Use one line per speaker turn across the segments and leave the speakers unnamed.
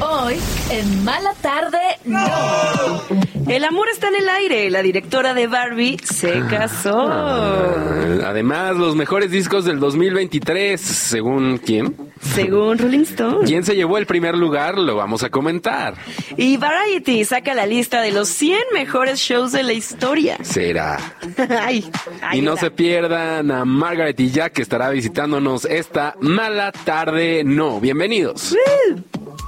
hoy en Mala Tarde No.
El amor está en el aire. La directora de Barbie se casó.
Ah, Además, los mejores discos del 2023, según quién.
Según Rolling Stone.
¿Quién se llevó el primer lugar? Lo vamos a comentar.
Y Variety saca la lista de los 100 mejores shows de la historia.
Será.
Ay, ahí
y no
está.
se pierdan a Margaret y Jack que estará visitándonos esta mala tarde. No, bienvenidos.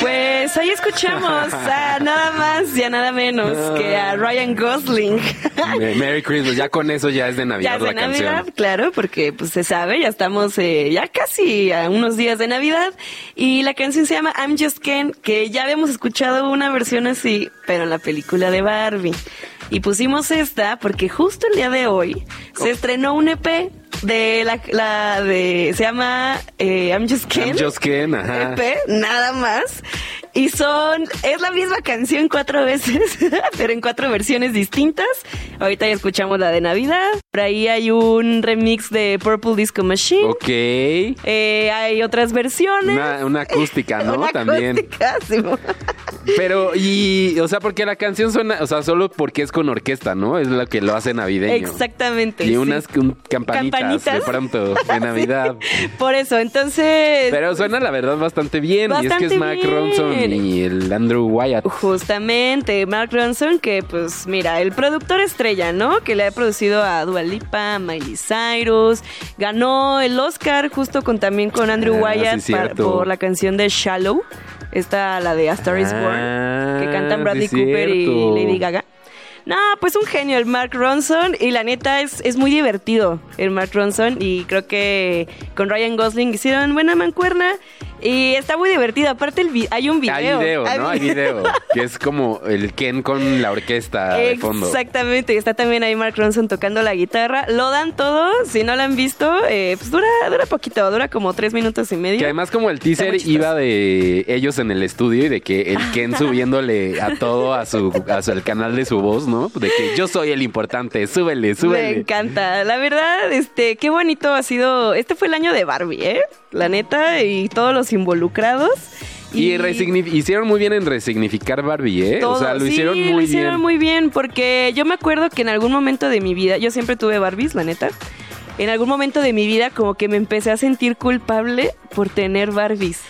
Pues ahí escuchamos a nada más y a nada menos que a Ryan Gosling.
Me- Merry Christmas. Ya con eso ya es de Navidad
Ya es de
la
Navidad,
canción.
claro, porque pues se sabe, ya estamos eh, ya casi a unos días de Navidad y la canción se llama I'm Just Ken, que ya habíamos escuchado una versión así, pero en la película de Barbie. Y pusimos esta porque justo el día de hoy se estrenó un EP de la, la de se llama eh, I'm Just Ken.
I'm just Ken, ajá.
EP, nada más. Y son, es la misma canción cuatro veces, pero en cuatro versiones distintas. Ahorita ya escuchamos la de Navidad. Por ahí hay un remix de Purple Disco Machine.
Ok.
Eh, hay otras versiones.
Una, una acústica, ¿no?
Una
También.
acústica, sí.
Pero, y, o sea, porque la canción suena, o sea, solo porque es con orquesta, ¿no? Es lo que lo hace navideño.
Exactamente.
Y
sí.
unas un- campanitas, de
Campanitas.
pronto, de Navidad.
Por eso, entonces.
Pero suena, la verdad, bastante bien. y es que
Bastante
es Mark
bien.
Ronson y el Andrew Wyatt.
Justamente, Mark Ronson, que pues mira, el productor estrella, ¿no? Que le ha producido a Dua Lipa, Miley Cyrus, ganó el Oscar justo con también con Andrew
Ah,
Wyatt
sí,
pa-
cierto.
por la canción de Shallow, esta la de A Star Is
Ah,
Born, que cantan
sí,
Bradley Cooper y
cierto.
Lady Gaga. No, pues un genio el Mark Ronson y la neta es, es muy divertido el Mark Ronson y creo que con Ryan Gosling hicieron buena mancuerna y está muy divertido. Aparte el vi- hay un video.
Hay video, ¿no? Hay video. que es como el Ken con la orquesta Ah, de fondo.
Exactamente, y está también ahí Mark Ronson tocando la guitarra. Lo dan todo, si no lo han visto, eh, pues dura, dura poquito, dura como tres minutos y medio.
Que además como el teaser
muy chistoso.
iba de ellos en el estudio y de que el Ken subiéndole a todo a su, a su- al canal de su voz, ¿no? De que yo soy el importante, súbele,
Me
súbele.
encanta. La verdad, este, qué bonito ha sido. Este fue el año de Barbie, ¿eh? La neta, y todos los involucrados.
Y, resigni- hicieron muy bien en resignificar Barbie, ¿eh? o sea,
todo.
lo hicieron
Sí,
muy
lo hicieron
bien.
muy bien porque yo me acuerdo que en algún momento de mi vida, yo siempre tuve Barbies, la neta. En algún momento de mi vida como que me empecé a sentir culpable por tener Barbies.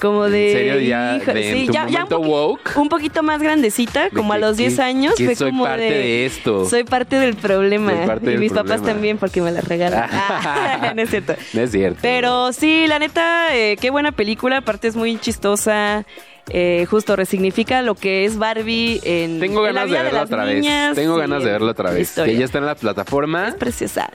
Como
¿En
de
serio? Ya,
hijo-
de- en
sí,
tu
ya- ya un
momento
poqui-
woke.
un poquito más grandecita,
De
como a
que-
los 10
que-
años,
que
fue
soy
como
parte de esto.
Soy parte del problema.
Soy parte
y
del
mis papás
problema.
también porque me la regalan. Ah, no es cierto.
No es cierto.
Pero sí, la neta, eh, qué buena película. Aparte es muy chistosa. eh, justo resignifica lo que es Barbie en
Tengo
en la
ganas de
vida
verla
las
otra vez.
niñas
Tengo
y
ganas de
en
verla otra
la
vez.
historia.
Que ya está en la plataforma
Preciosa.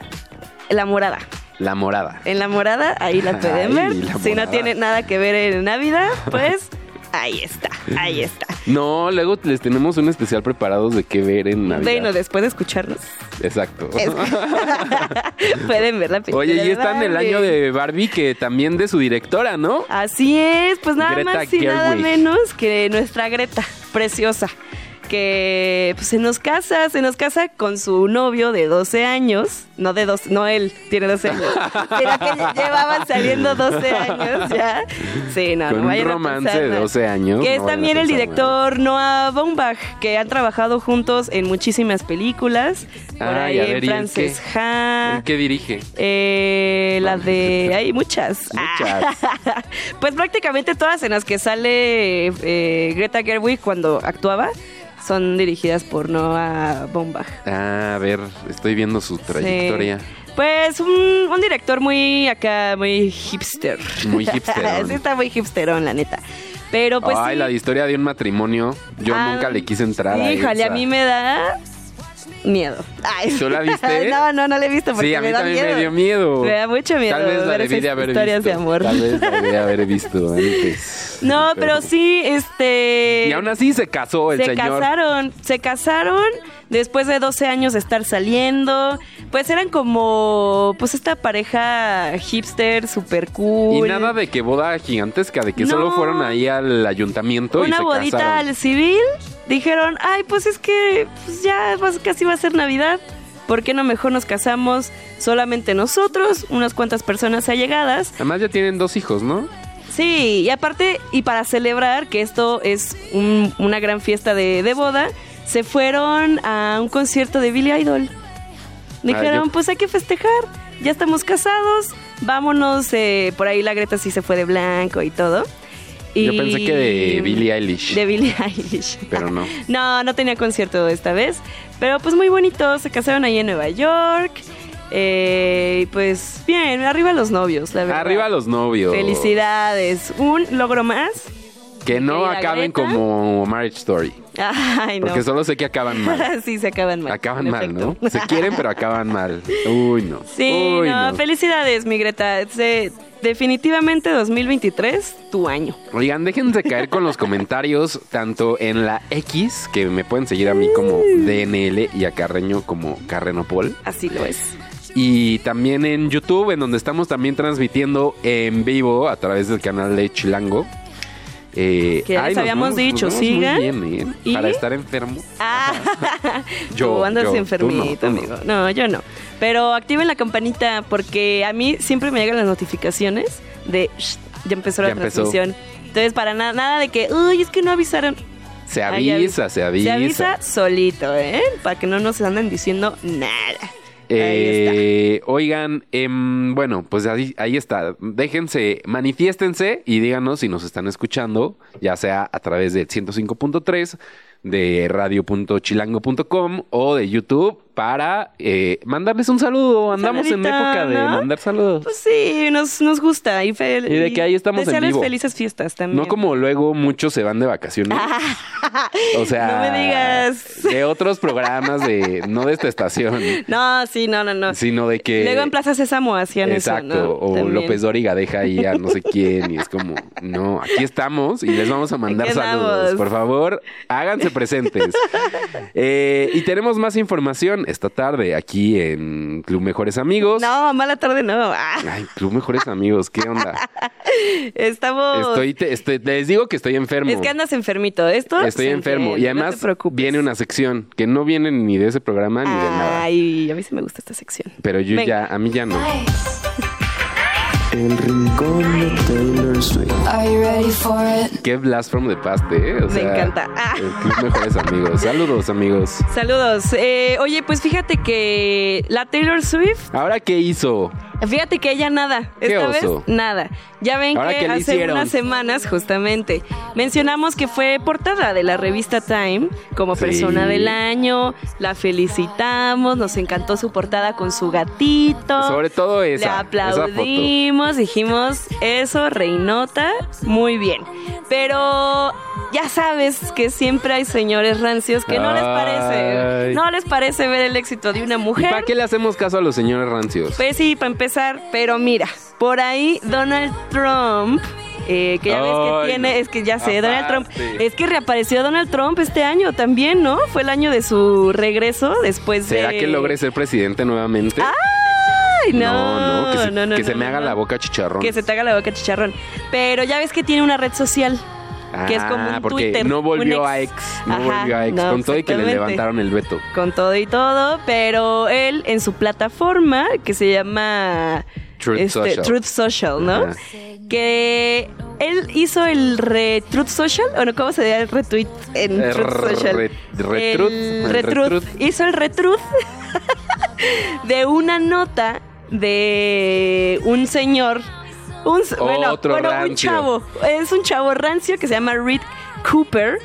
La morada.
La Morada.
En la morada, ahí la pueden
Ay,
ver.
La
si no
Morada.
tiene nada que ver en Navidad, pues ahí está, ahí está.
No, luego les tenemos un especial preparado de qué ver en Navidad.
Bueno, después de escucharnos,
Exacto.
es- pueden ver la película.
Oye, y
de
está en el
Barbie.
año de Barbie, que también de su directora, ¿no?
Así es, pues nada
Greta
más y nada
Gerwig.
menos que nuestra Greta, preciosa, que pues, se nos casa, se nos casa con su novio de 12 años, no de 12, no él, tiene 12 años, pero que llevaban saliendo 12 años ya. Sí, no,
Con
no
un
vayan a
romance
pensar
de
mal.
12 años,
Que
no
es
vayan a
también el
pensar mal.
director Noah Baumbach, que han trabajado juntos en muchísimas películas, por
Ay,
ahí
a
en
ver, ¿y el
Frances
qué?
Ha.
¿El que dirige?
Eh, la de. Hay muchas.
Muchas.
Ah. pues prácticamente todas en las que sale eh, Greta Gerwig cuando actuaba son dirigidas por Noah Baumbach.
Ah, a ver, estoy viendo su trayectoria.
Sí. Pues un, un director muy acá, muy hipster.
Muy hipsterón.
sí, está muy hipsterón, la neta. Pero pues.
Ay,
sí.
la historia de un matrimonio. Yo
Ah,
nunca le quise entrar a
Híjale,
esa.
a mí me da miedo. Ay.
¿Tú la viste?
no, no, no la he visto porque
Sí, a mí
me da
también
miedo.
me dio miedo.
Me da mucho miedo
Tal vez la
ver
debí
esas
de haber
historias
visto.
de amor.
Tal vez la debí de haber visto antes.
No, pero sí, este...
Y aún así se casó el
se
señor.
casaron, se casaron después de 12 años de estar saliendo. Pues eran como, pues esta pareja hipster, super
Y
cool.
nada de que boda gigantesca, de que solo
No.
fueron ahí al ayuntamiento y
Una
se
bodita
casaron.
al civil. Dijeron, ay, pues es que pues ya vas- casi va a ser Navidad. ¿Por qué no mejor nos casamos solamente nosotros, unas cuantas personas allegadas?
Además ya tienen dos hijos, ¿no?
Sí, y aparte, y para celebrar que esto es un- una gran fiesta de, de boda, se fueron a un concierto de Billy Idol. Dijeron,
Ah, yo-
pues hay que festejar, ya estamos casados, vámonos, eh, por ahí la Greta sí se fue de blanco y todo.
Yo
Y-
pensé que de Billie Eilish.
De Billie Eilish.
Pero no.
No, no tenía concierto esta vez, pero pues muy bonito, se casaron ahí en Nueva York. eh, y pues bien, arriba los novios, la verdad.
Arriba los novios.
Felicidades. Un logro más.
Que no
Y la
acaben
Greta.
como Marriage Story.
Ay, no.
Porque solo sé que acaban mal.
sí, se acaban mal.
Acaban
en
mal, ¿no?
efecto.
Se quieren, pero acaban mal. Uy, no.
Sí,
Uy,
no, Felicidades, mi Greta. Se- definitivamente 2023, tu año.
Oigan, déjense caer con los comentarios, tanto en la X, que me pueden seguir a mí como
Mm.
DNL y a Carreño como Carrenopol.
Así lo es.
Y también en YouTube, en donde estamos también transmitiendo en vivo a través del canal de Chilango. Eh,
Que ya les
nos
habíamos
vamos-
dicho,
nos vamos muy
sigan.
bien, ¿eh?
Y-
Para estar enfermo.
Ah,
Yo-
tú andas
yo, tú no,
enfermito,
tú no.
amigo. No, yo no. Pero activen la campanita porque a mí siempre me llegan las notificaciones de "Shh, ya empezó la
Ya empezó.
transmisión. Entonces, para nada, nada de que, uy, es que no avisaron.
Se
Ahí
avisa, se avisa.
Se avisa solito, ¿eh? Para que no nos anden diciendo nada. Ahí está.
Eh, oigan, em, bueno, pues ahí, ahí está. Déjense, manifiéstense y díganos si nos están escuchando, ya sea a través del 105.3, de radio.chilango.com o de YouTube para eh, mandarles un saludo. Andamos en
Saludito,
época de
¿no?
mandar saludos.
Pues sí, nos, nos gusta. Y, fel-
Y de que ahí estamos en
desearles
vivo.
felices fiestas también.
No como luego muchos se van de vacaciones. O sea,
No me digas.
de otros programas de no de esta estación,
No, sí, no, no, no.
sino de que
Luego en Plaza Sésamo hacían
Exacto,
eso, ¿no?
o
También.
López Dóriga deja ahí a no sé quién y es como, no, aquí estamos y les vamos a mandar
Aquí andamos.
saludos. Por favor, háganse presentes. Eh, y tenemos más información esta tarde aquí en Club Mejores Amigos.
No, mala tarde no. Ah,
Ay, Club Mejores Amigos, ¿qué onda?
estamos...
Estoy, te- estoy- les digo que estoy enfermo.
Es que andas enfermito. Esto
Estoy
se
enfermo.
entiende,
Y
no te
además
preocupes.
viene una sección que no viene ni de ese programa ni de nada.
Ay, a mí sí me gusta esta sección.
Pero yo
Venga.
ya, a mí ya no.
El rincón de Taylor Swift.
Are you ready for it?
Qué blast from the past, ¿eh? O
Me
sea,
encanta. Ah.
el Club Mejores Amigos. Saludos, amigos.
Saludos. Eh, oye, pues fíjate que la Taylor Swift,
¿Ahora qué hizo?
fíjate que ella nada.
Qué
Esta
oso.
vez nada. Ya ven
Ahora
que,
que le
hace
hicieron.
unas semanas, justamente, mencionamos que fue portada de la revista Time como
Sí.
persona del año. La felicitamos, nos encantó su portada con su gatito.
Sobre todo
Oh, Le
esa, esa foto.
aplaudimos, dijimos, eso, reinota, muy bien. Pero ya sabes que siempre hay señores rancios que no les
Ay.
parece, no les parece ver el éxito de una
¿Y para
mujer.
qué le hacemos caso a los señores rancios?
Pues sí, para empezar, pero mira, por ahí Donald Trump, eh, que ya ves que
Ay,
tiene,
no.
es que ya sé, Donald Trump,
Aparte.
es que reapareció Donald Trump este año también, ¿no? Fue el año de su regreso después de...
¿Será que logre ser presidente nuevamente?
eh, Ay, no,
no, que se,
no, no,
que se
no,
me
no,
haga
no.
la boca chicharrón.
Que se te haga la boca chicharrón. Pero ya ves que tiene una red social.
Ah,
que es como un
porque
Twitter,
no volvió
un
a
ex.
ex, no
Ajá,
volvió a ex,
no,
con todo y que le
exactamente.
levantaron el veto.
Con todo y todo, pero él en su plataforma que se llama este,
Truth Social.
Truth Social, ¿no?
Ajá.
Que él hizo el re Truth Social, o no, ¿cómo se diría el retweet en
Eh,
Truth Social?
re- retruth,
El
el
retruth.
retruth.
Hizo el retruth de una nota de un señor, un, bueno,
Otro
bueno, un
rancio.
chavo, es un chavo rancio que se llama Reed Cooper,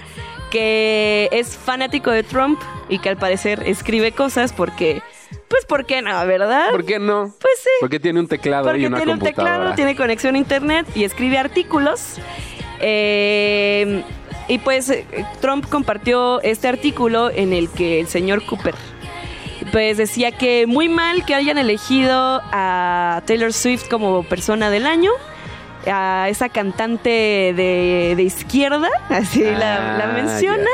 que es fanático de Trump y que al parecer escribe cosas porque, pues, ¿por qué no, verdad?
¿Por qué no?
Pues sí.
Porque tiene un teclado y
Porque
una
tiene un
computadora.
teclado, tiene conexión a internet y escribe artículos. Eh, y pues eh, Trump compartió este artículo en el que el señor Cooper pues decía que muy mal que hayan elegido a Taylor Swift como persona del año, a esa cantante de, de izquierda, así la, la
Ah,
menciona,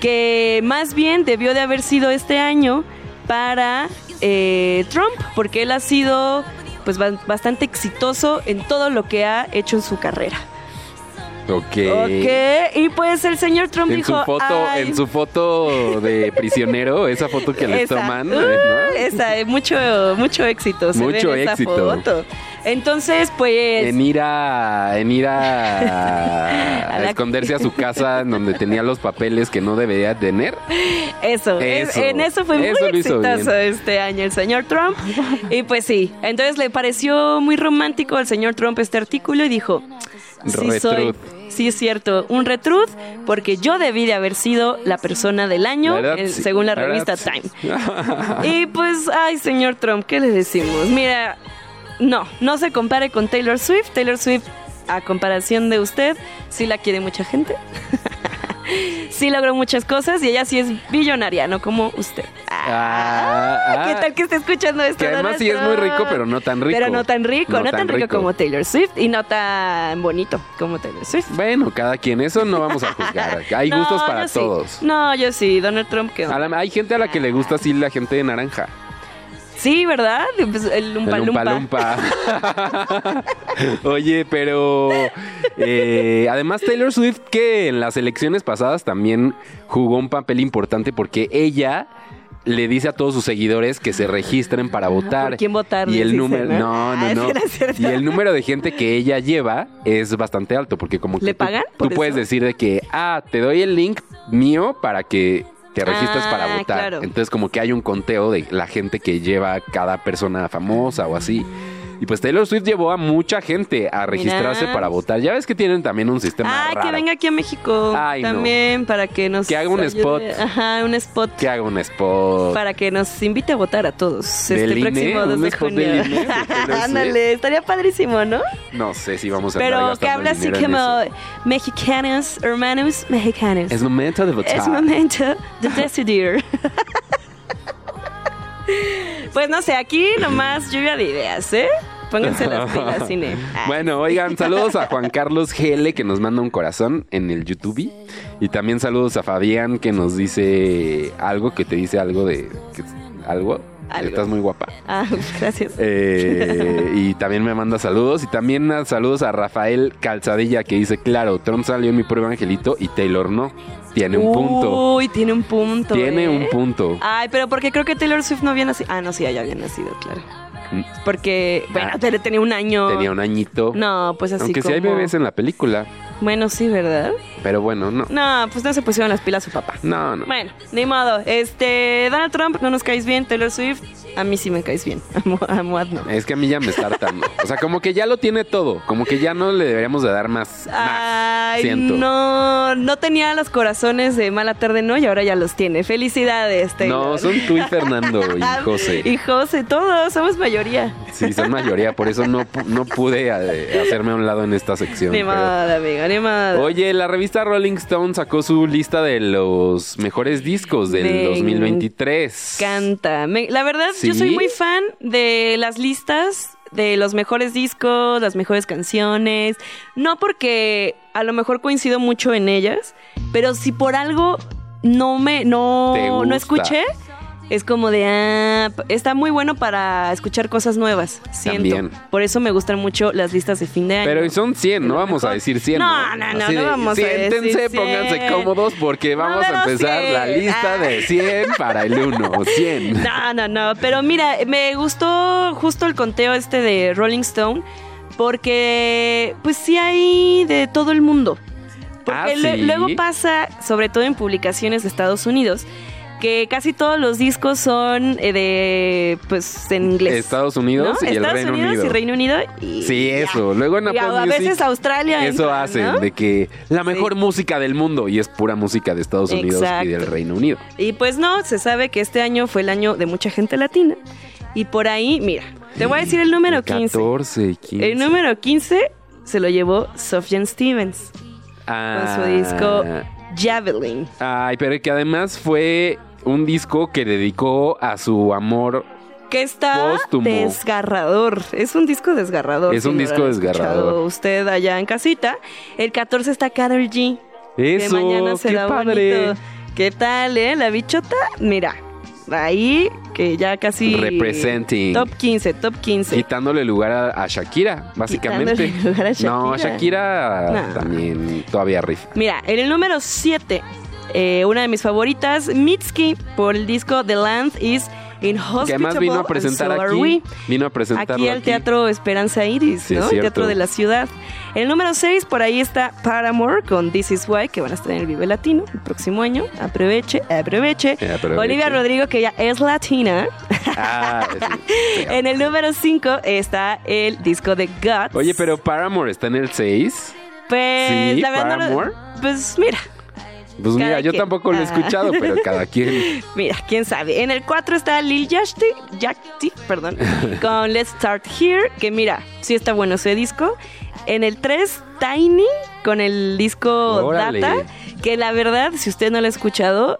que más bien debió de haber sido este año para eh, Trump, porque él ha sido pues ba- bastante exitoso en todo lo que ha hecho en su carrera.
Ok.
Ok, y pues el señor Trump
En su
dijo,
foto,
"Ay".
en su foto de prisionero, esa foto que le
Esa.
toman,
Uh,
¿no?
esa, eh, mucho, mucho éxito. se ve
Mucho
en esa
éxito.
foto. Entonces, pues.
En ir a, en ir a,
A la-
a esconderse a su casa en donde tenía los papeles que no debería tener.
Eso, es-
Eso.
en eso fue
Eso
muy
lo hizo
exitoso este año el señor Trump. Y pues sí, entonces le pareció muy romántico al señor Trump este artículo y dijo, sí soy,
Retruth.
sí es cierto, un retruth porque yo debí de haber sido la persona del año
La verdad,
eh,
sí.
según la
La verdad,
revista
sí.
Time. Y pues, ay, señor Trump, ¿qué le decimos? Mira, no, no se compare con Taylor Swift. Taylor Swift, a comparación de usted, sí la quiere mucha gente. sí logró muchas cosas y ella sí es billonaria, no como usted.
Ah, ah.
¿Qué tal que esté escuchando esto?
Que además
Donald
sí es muy
Trump?
rico, pero no tan rico.
Pero no tan rico, no, tan, rico, como
te.
Taylor Swift y no tan bonito como Taylor Swift.
Bueno, cada quien, eso no vamos a juzgar. Hay
No,
gustos para
yo sí.
todos.
No, yo sí, Donald Trump, ¿qué onda?
A la- hay gente a la que le gusta así la gente de naranja.
Sí, ¿verdad? Pues, el
El
Lumpa Lumpa.
Lumpa Lumpa. Oye, pero eh, además Taylor Swift que en las elecciones pasadas también jugó un papel importante porque ella le dice a todos sus seguidores que se registren para votar.
quién votar,
Y
les
el
dice,
número,
¿no?
no, no,
Ah,
no.
sí, era cierto.
Y el número de gente que ella lleva es bastante alto porque como que
¿Le
tú,
pagan
tú
por
puedes
eso?
decir de que ah te doy el link mío para que te registras
Ah,
para votar.
claro.
Entonces como que hay un conteo de la gente que lleva cada persona famosa o así. Y pues Taylor Swift llevó a mucha gente a registrarse
Mira.
para votar. Ya ves que tienen también un sistema
Ah, que
raro.
venga aquí a México
Ay, no.
también para que nos
Que haga un
ayude.
spot.
Ajá, un spot
Que haga un spot.
para que nos invite a votar a todos
Del
este
INE,
próximo
un
2 de
spot
junio.
del INE, de Taylor Swift.
Ándale, estaría padrísimo, ¿no?
No sé si vamos a andar
Pero
gastando
que habla
el
así
dinero en
como
eso.
mexicanos, hermanos, mexicanos.
Es momento de votar.
Es momento de decidir. pues no sé, aquí nomás lluvia de ideas, ¿eh? Pónganse las pilas, cine. Ah.
Bueno, oigan, saludos a Juan Carlos GL que nos manda un corazón en el YouTube. Y también saludos a Fabián que nos dice algo, que te dice algo de... que- ¿Algo?
Algo.
Estás muy guapa.
Ah, gracias.
Eh, y también me manda saludos. Y también a- saludos a Rafael Calzadilla que dice, claro, Trump salió en mi prueba Angelito y Taylor no. Tiene un punto.
Uy, tiene un punto.
Tiene
¿eh?
un punto.
Ay, pero porque creo que Taylor Swift no había nacido. Ah, no, sí, ya había nacido, claro.
Mm.
Porque, bueno,
Ah.
pero tenía un año.
Tenía un añito.
No, pues así
Aunque sí hay
como-
bebés en la película.
Bueno, sí, ¿verdad?
Pero bueno, no.
No, pues no se pusieron las pilas su papá.
No, no.
Bueno, ni modo. Este, Donald Trump, no nos caes bien. Taylor Swift, a mí sí me caes bien. Amo, amo a no.
Es que a mí ya me está hartando. O sea, como que ya lo tiene todo. Como que ya no le deberíamos de dar más. Eh, más,
Ay,
siento.
no, no tenía los corazones de mala tarde, no, y ahora ya los tiene. Felicidades, Taylor.
No, son eh. tú y Fernando y José.
Y José, todos, somos mayoría.
Sí, son mayoría. Por eso no, pu- no pude eh, hacerme a un lado en esta sección.
Ni
pero-
modo, amigo, ni modo.
Oye, la revista Rolling Stone sacó su lista de los mejores discos del
Me
2023.
encanta. Me- la verdad, yo
¿Sí?
soy muy fan de las listas de los mejores discos, las mejores canciones. No porque a lo mejor coincido mucho en ellas, pero si por algo no me
Te
no,
gusta.
no escuché, es como de ah, p- está muy bueno para escuchar cosas nuevas. Siento.
También.
Por eso me gustan mucho las listas de fin de año.
Pero son 100, no
Lo
vamos a
mejor.
decir 100.
No, no, no,
Así
no
de,
vamos a decir
siéntense,
100.
pónganse cómodos porque vamos a
Número
empezar la
100.
lista de 100 para el 1. 100.
Ah. No, no, no. Pero mira, me gustó justo el conteo este de Rolling Stone. Porque, pues sí hay de todo el mundo. Porque
Ah,
lue-
¿sí?
luego pasa, sobre todo en publicaciones de Estados Unidos, que casi todos los discos son eh, de, pues, en inglés.
Estados Unidos
¿no?
y el
Estados
Reino
Unidos
Unido.
y Reino Unido. y
Sí,
ya.
eso. Luego en
Y
Apple
a, a
Music,
veces Australia.
Eso
entra,
hacen
¿no?
de que la mejor música del mundo y es pura música de Estados Unidos y del
Exacto.
Reino Unido.
Y pues no, se sabe que este año fue el año de mucha gente latina. Y por ahí, mira, te voy a decir el número 15.
14, 15.
El número 15 se lo llevó Sufjan Stevens con
Ah.
su disco Javelin.
Ay, pero que además fue un disco que dedicó a su amor.
Que está
Póstumo.
desgarrador. Es un disco desgarrador.
Es un
si no lo
disco
han
desgarrador.
escuchado Usted allá en casita. El 14 está Carol G.
Eso,
que mañana
qué
será
padre.
bonito. ¿Qué tal, eh? La bichota, mira, ahí que ya casi...
Representing.
Top 15, top 15.
Quitándole lugar a, a Shakira, básicamente.
Quitándole lugar a Shakira.
No, Shakira
No.
también todavía rifa.
Mira, en el número 7, una de mis favoritas, Mitski, por el disco The Land is Inhospitable.
Que además vino a
and
presentar
So Are
aquí.
We.
Vino a presentarlo
Aquí al
aquí.
Teatro Esperanza Iris,
Sí, es
¿no? El
cierto.
Teatro de la Ciudad. El número 6, por ahí está Paramore con This Is Why, que van a estar en el Vive Latino el próximo año. Aproveche, aproveche.
Eh, aproveche.
Olivia Rodrigo, que ya es latina.
Ah, sí, sí.
En el número 5 está el disco de Guts.
Oye, pero Paramore está en el 6.
Pues,
sí,
la verdad no lo-
Paramore.
Pues mira,
Pues
Cada
mira, yo
quien.
tampoco lo he
Ah.
escuchado, pero cada quien.
Mira, quién sabe. En el 4 está Lil Yachty, Yachty, perdón, con Let's Start Here, que mira, sí está bueno ese disco. En el 3, Tiny, con el disco
Órale.
Data, que la verdad, si usted no lo ha escuchado,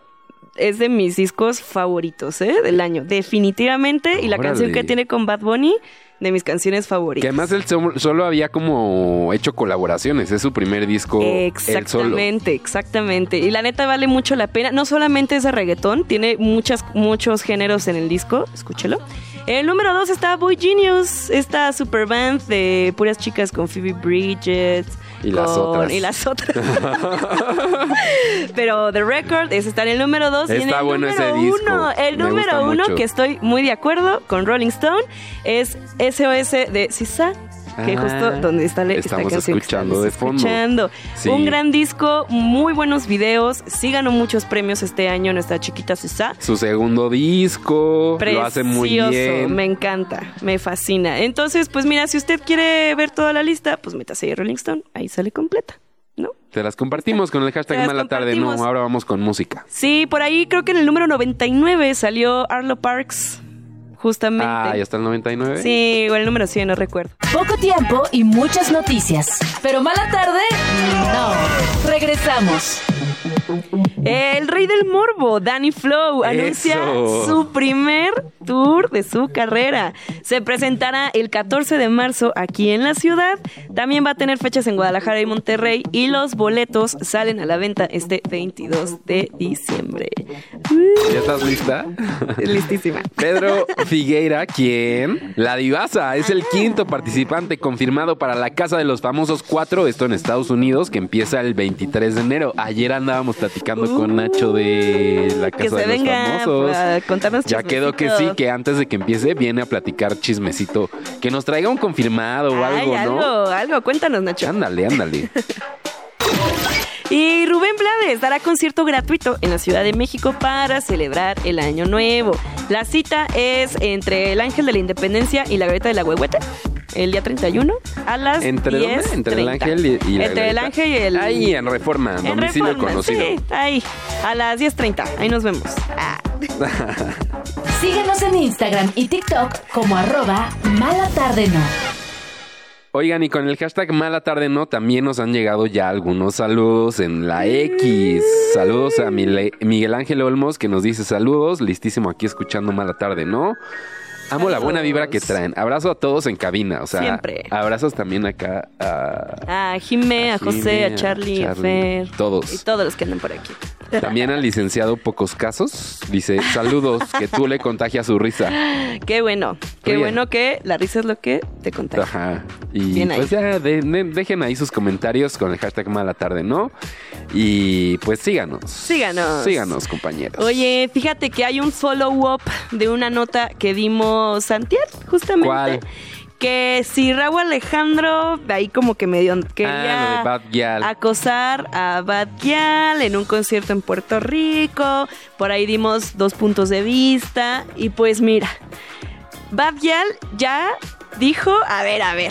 es de mis discos favoritos ¿eh? del año, definitivamente. Y la
Órale.
canción que tiene con Bad Bunny, de mis canciones favoritas.
Que además él so- solo había como hecho colaboraciones. Es su primer disco. él solo.
Exactamente, exactamente. Y la neta vale mucho la pena. No solamente es de reggaetón, tiene muchas, muchos géneros en el disco. Escúchelo. El número dos está Boy Genius, esta super band de puras chicas con Phoebe Bridget.
Y las otras.
Y las otras. Pero The Record es está en el número dos. y en
Está
el
bueno ese
número
disco.
uno, el
Me gusta
número uno,
mucho.
que estoy muy de acuerdo con Rolling Stone, es SOS de Sisa, que
Ah.
justo donde está la esta
Estamos
canción que
escuchando
estamos
de fondo.
escuchando.
Sí.
Un gran disco, muy buenos videos. Sí ganó muchos premios este año nuestra chiquita Susá.
Su segundo disco.
Precioso,
Lo hace muy bien.
me encanta, me fascina. Entonces, pues mira, si usted quiere ver toda la lista, pues métase ahí a Rolling Stone, ahí sale completa, ¿no?
Te las compartimos con el hashtag
Te las
mala tarde. No,
compartimos.
ahora vamos con música.
Sí, por ahí creo que en el número 99 salió Arlo Parks, justamente.
Ah, ya está el 99.
Sí, o el número 100, no recuerdo.
Poco tiempo y muchas noticias. Pero mala tarde, no. Regresamos.
El rey del morbo, Danny Flow, anuncia
Eso.
su primer tour de su carrera. Se presentará el 14 de marzo aquí en la ciudad. También va a tener fechas en Guadalajara y Monterrey y los boletos salen a la venta este 22 de diciembre. Uh,
¿Ya estás lista?
Listísima.
Pedro Figueira, quien la divasa, es
Ah.
el quinto participante confirmado para la Casa de los Famosos 4, esto en Estados Unidos, que empieza el 23 de enero. Ayer andábamos platicando con Nacho de la
Uh, Que
Casa
se
de los
venga
Famosos.
a contarnos
Ya quedó que sí,
chismecito.
que antes de que empiece viene a platicar chismecito, que nos traiga un confirmado o
Ay,
algo, ¿no?
algo, algo, cuéntanos, Nacho.
Ándale, ándale.
Y Rubén Blades dará concierto gratuito en la Ciudad de México para celebrar el Año Nuevo. La cita es entre el Ángel de la Independencia y la Greta de la Huehuete. El día 31 a las
¿Entre dónde?
10:30.
Entre el ángel y, y la
Entre el
Glorieta.
ángel y el...
Ahí en Reforma,
en
domicilio
Reforma,
conocido.
sí, ahí. A las 10.30. Ahí nos vemos. Ah.
Síguenos en Instagram y TikTok como arroba mala tarde no.
Oigan, y con el hashtag Mala Tarde No también nos han llegado ya algunos saludos en la X. Saludos a Mile- Miguel Ángel Olmos que nos dice saludos, listísimo aquí escuchando Mala Tarde No. Amo la buena vibra que traen. Abrazo a todos en cabina, o sea,
Siempre.
abrazos también acá a...
A Jimé, a,
A
José,
Jimé,
a Charlie, a
Charlie,
Fer.
todos.
Y todos los que andan por aquí.
También al licenciado Pocos Casos dice saludos, que tú le contagias su risa.
Qué bueno. Qué
Ríen.
bueno que la risa es lo que te contagia.
Ajá. Y
Bien ahí.
pues ya de- de- dejen ahí sus comentarios con el hashtag Mala Tarde No. Y pues síganos.
Síganos.
Síganos, compañeros.
Oye, fíjate que hay un follow-up de una nota que dimos antier, justamente.
¿Cuál?
Que si Raúl Alejandro, de ahí como que medio
Ah, lo
quería
de Bad Gyal.
acosar a Bad Gyal en un concierto en Puerto Rico, por ahí dimos dos puntos de vista, y pues mira, Bad Gyal ya dijo, a ver, a ver,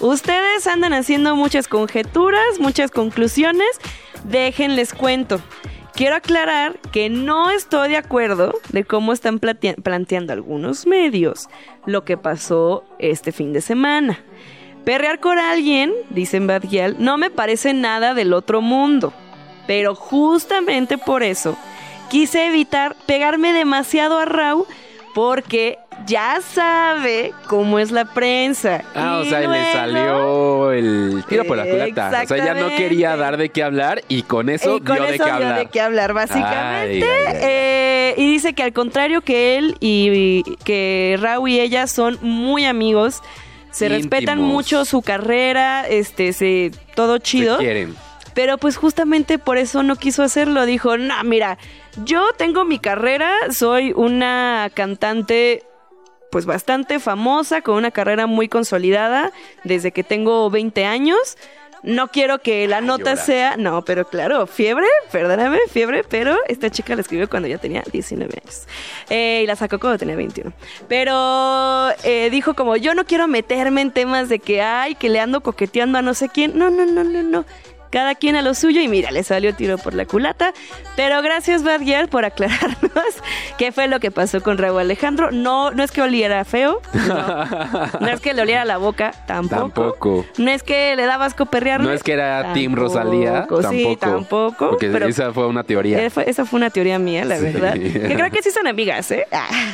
ustedes andan haciendo muchas conjeturas, muchas conclusiones, déjenles cuento. Quiero aclarar que no estoy de acuerdo de cómo están platea- planteando algunos medios lo que pasó este fin de semana. Perrear con alguien, dicen Bad Gyal, no me parece nada del otro mundo. Pero justamente por eso quise evitar pegarme demasiado a Raúl porque ya sabe cómo es la prensa.
Ah, o
Y
sea, le
luego-
salió el tiro por la culata. O sea, ya no
Exactamente.
quería dar de qué hablar y con eso
y con
dio
eso
de
dio
qué hablar.
de qué hablar,
Ay, ay,
básicamente.
ay.
Eh, y dice que al contrario que él y, y que Raúl y ella son muy amigos, se
Íntimos.
respetan mucho su carrera, este, se, todo chido.
Se quieren.
Pero pues justamente por eso no quiso hacerlo. Dijo, no, mira, yo tengo mi carrera, soy una cantante pues bastante famosa, con una carrera muy consolidada desde que tengo 20 años. No quiero que la nota
llora.
sea, no, pero claro, fiebre, perdóname, fiebre, pero esta chica la escribió cuando ya tenía 19 años. Eh, y la sacó cuando tenía 21. Pero eh, dijo como, yo no quiero meterme en temas de que, ay, que le ando coqueteando a no sé quién. No, no, no, no, no. Cada quien a lo suyo y mira, le salió tiro por la culata. Pero gracias, Bad Girl, por aclararnos qué fue lo que pasó con Raúl Alejandro. No, no es que oliera feo, no, No es que le oliera la boca, tampoco.
Tampoco.
No es que le daba asco perrearle.
No es que era Team
Tampoco,
Rosalía. Tampoco.
Sí, tampoco.
Porque
pero
esa fue una teoría.
eh, fue- esa fue una teoría mía, la
Sí.
verdad. Que creo que sí son amigas, ¿eh?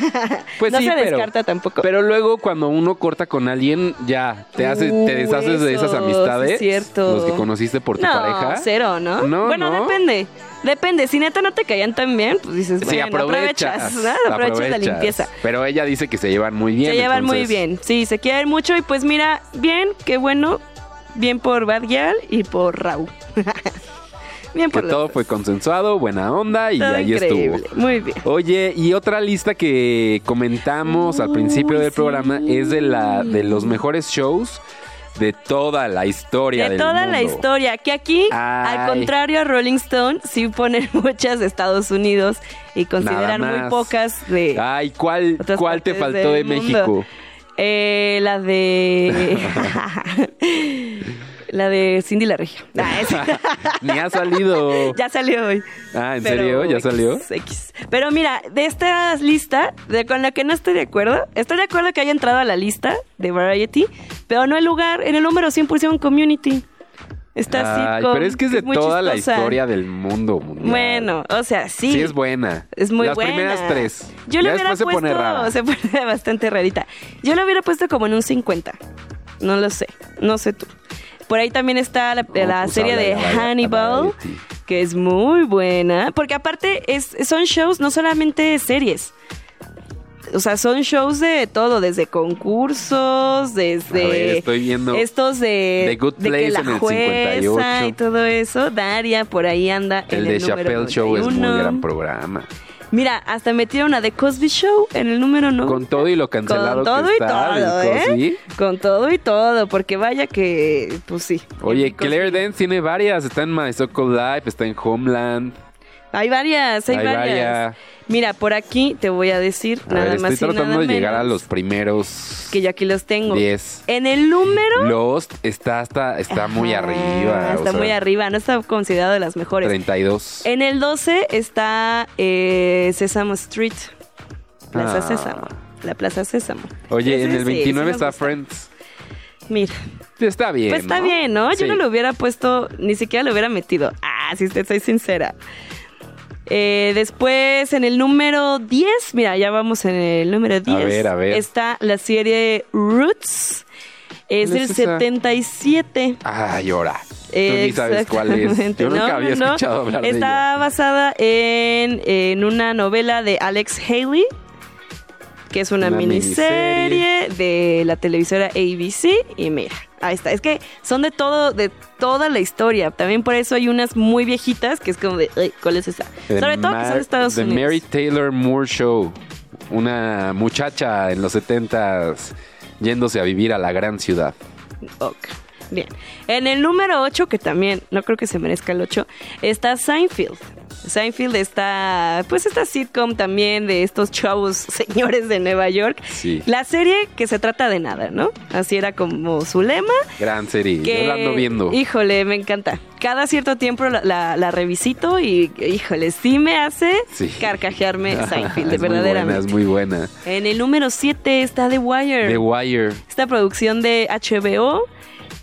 Pues
no
sí,
se
pero-
descarta tampoco.
Pero luego cuando uno corta con alguien, ya te haces,
Uh,
te deshaces de esas
eso,
amistades.
sí es cierto.
Los que conociste por tu
no,
pareja.
cero, ¿no?
No,
bueno,
no.
depende. Depende. Si neta no te caían tan bien, pues dices,
Sí,
bueno,
aprovechas.
aprovechas, ¿no? aprovechas, la
aprovechas.
limpieza.
Pero ella dice que se llevan muy bien.
se llevan muy
entonces-
bien. Sí, se quieren mucho y pues mira, bien, qué bueno. Bien por Bad Gyal y por Raúl. bien
Que
por los
todo
dos.
fue consensuado, buena onda y
Todo
ahí
increíble.
estuvo.
Muy bien.
Oye, y otra lista que comentamos al principio
Uy,
del programa
sí.
es de la de los mejores shows de toda la historia
De
del
toda la
mundo.
historia. Que aquí, al
Ay.
contrario a Rolling Stone, sí ponen muchas de Estados Unidos y
Nada
consideran muy
más. Ah,
pocas de
Ay, ¿cuál,
otras
cuál te
partes
faltó de
del mundo.
México?
Eh, la de. la de Cindy la Regia. Ah, esa.
Ni ha salido.
ya salió hoy.
Ah, ¿en
Pero
serio? ¿Ya
X,
salió?
X. Pero mira, de esta lista, de con la que no estoy de acuerdo, estoy de acuerdo que haya entrado a la lista de Variety, pero no el lugar, en el número 100 pusieron Community. Está
Ay,
sitcom,
pero es que es de
muy
toda la
chistosa.
historia del mundo. mundial.
Bueno, o sea, sí.
Sí es buena.
Es muy
Las
buena.
primeras tres. Ya
Yo lo hubiera
después se
puesto,
pone rara.
se pone bastante rarita. Yo lo hubiera puesto como en un 50. No lo sé, no sé tú. Por ahí también está la,
No,
la
pues
serie
háblale
de
a Vari- a
Hannibal,
Variety.
que es muy buena, porque aparte es, son shows, no solamente series. O sea, son shows de todo, desde concursos, desde
A ver, estoy viendo.
estos de,
The Good
de
Place
que la
en el
jueza
58.
y todo eso. Daria por ahí anda
el
en
de
el número
Chappelle Show es muy
91.
gran programa.
Mira, hasta metieron a The Cosby Show en el número 9.
Con todo y lo cancelado que está.
¿eh?
el Cosby.
Con todo y todo, porque vaya que, pues sí.
Oye,
Cosby.
Claire Dance tiene varias. Está en My So-Called Life, está en Homeland.
Hay varias, hay,
Hay
varias.
varias.
Mira, por aquí te voy a decir
A
nada
ver,
más
estoy
y nada
tratando de llegar a
menos
los primeros
que yo aquí los tengo.
10.
En el número
Lost está, hasta, está muy
Ajá,
arriba. o
Está
sea,
muy arriba, no está considerado de las mejores.
32.
En el 12 está eh, Sesame Street. Plaza
Ah.
Sésamo. La Plaza Sésamo.
Oye,
Ese
en el
sí, sí
29
me
está
gusta.
Friends.
Mira,
Está bien.
pues está bien, ¿no? Yo
Sí.
no lo hubiera puesto, ni siquiera lo hubiera metido. Ah, si te soy sincera. Eh, después, en el número 10, mira, ya vamos en el número 10.
ver, a ver.
Está la serie Roots. Es
¿Cuál
el
es esa?
77.
Ay, ahora. Tú ni sabes cuál es.
Exactamente.
Yo nunca
No,
había
no, no.
escuchado hablar de
Está
ella.
basada en, en una novela de Alex Haley, que es una,
Una
miniserie, de la televisora ABC. Y mira, ahí está. Es que son de todo, de toda la historia. También por eso hay unas muy viejitas que es como de, "Ay, ¿cuál es esa?
The
Sobre todo que son
Mar-
de Estados
The
Unidos.
Mary Taylor Moore Show. Una muchacha en los 70s yéndose a vivir a la gran ciudad.
Ok, Bien. En el número 8, que también no creo que se merezca el 8, está Seinfeld. Seinfeld está, pues esta sitcom también de estos chavos señores de Nueva York.
Sí.
La serie que se trata de nada, ¿no? Así era como su lema.
Gran serie.
Que,
Yo la ando viendo.
Híjole, me encanta. Cada cierto tiempo la, la- la revisito y, híjole, sí me hace
Sí.
carcajearme Seinfeld,
es
verdaderamente.
Muy buena, es muy buena.
En el número 7 está The Wire
The Wire.
esta producción de HBO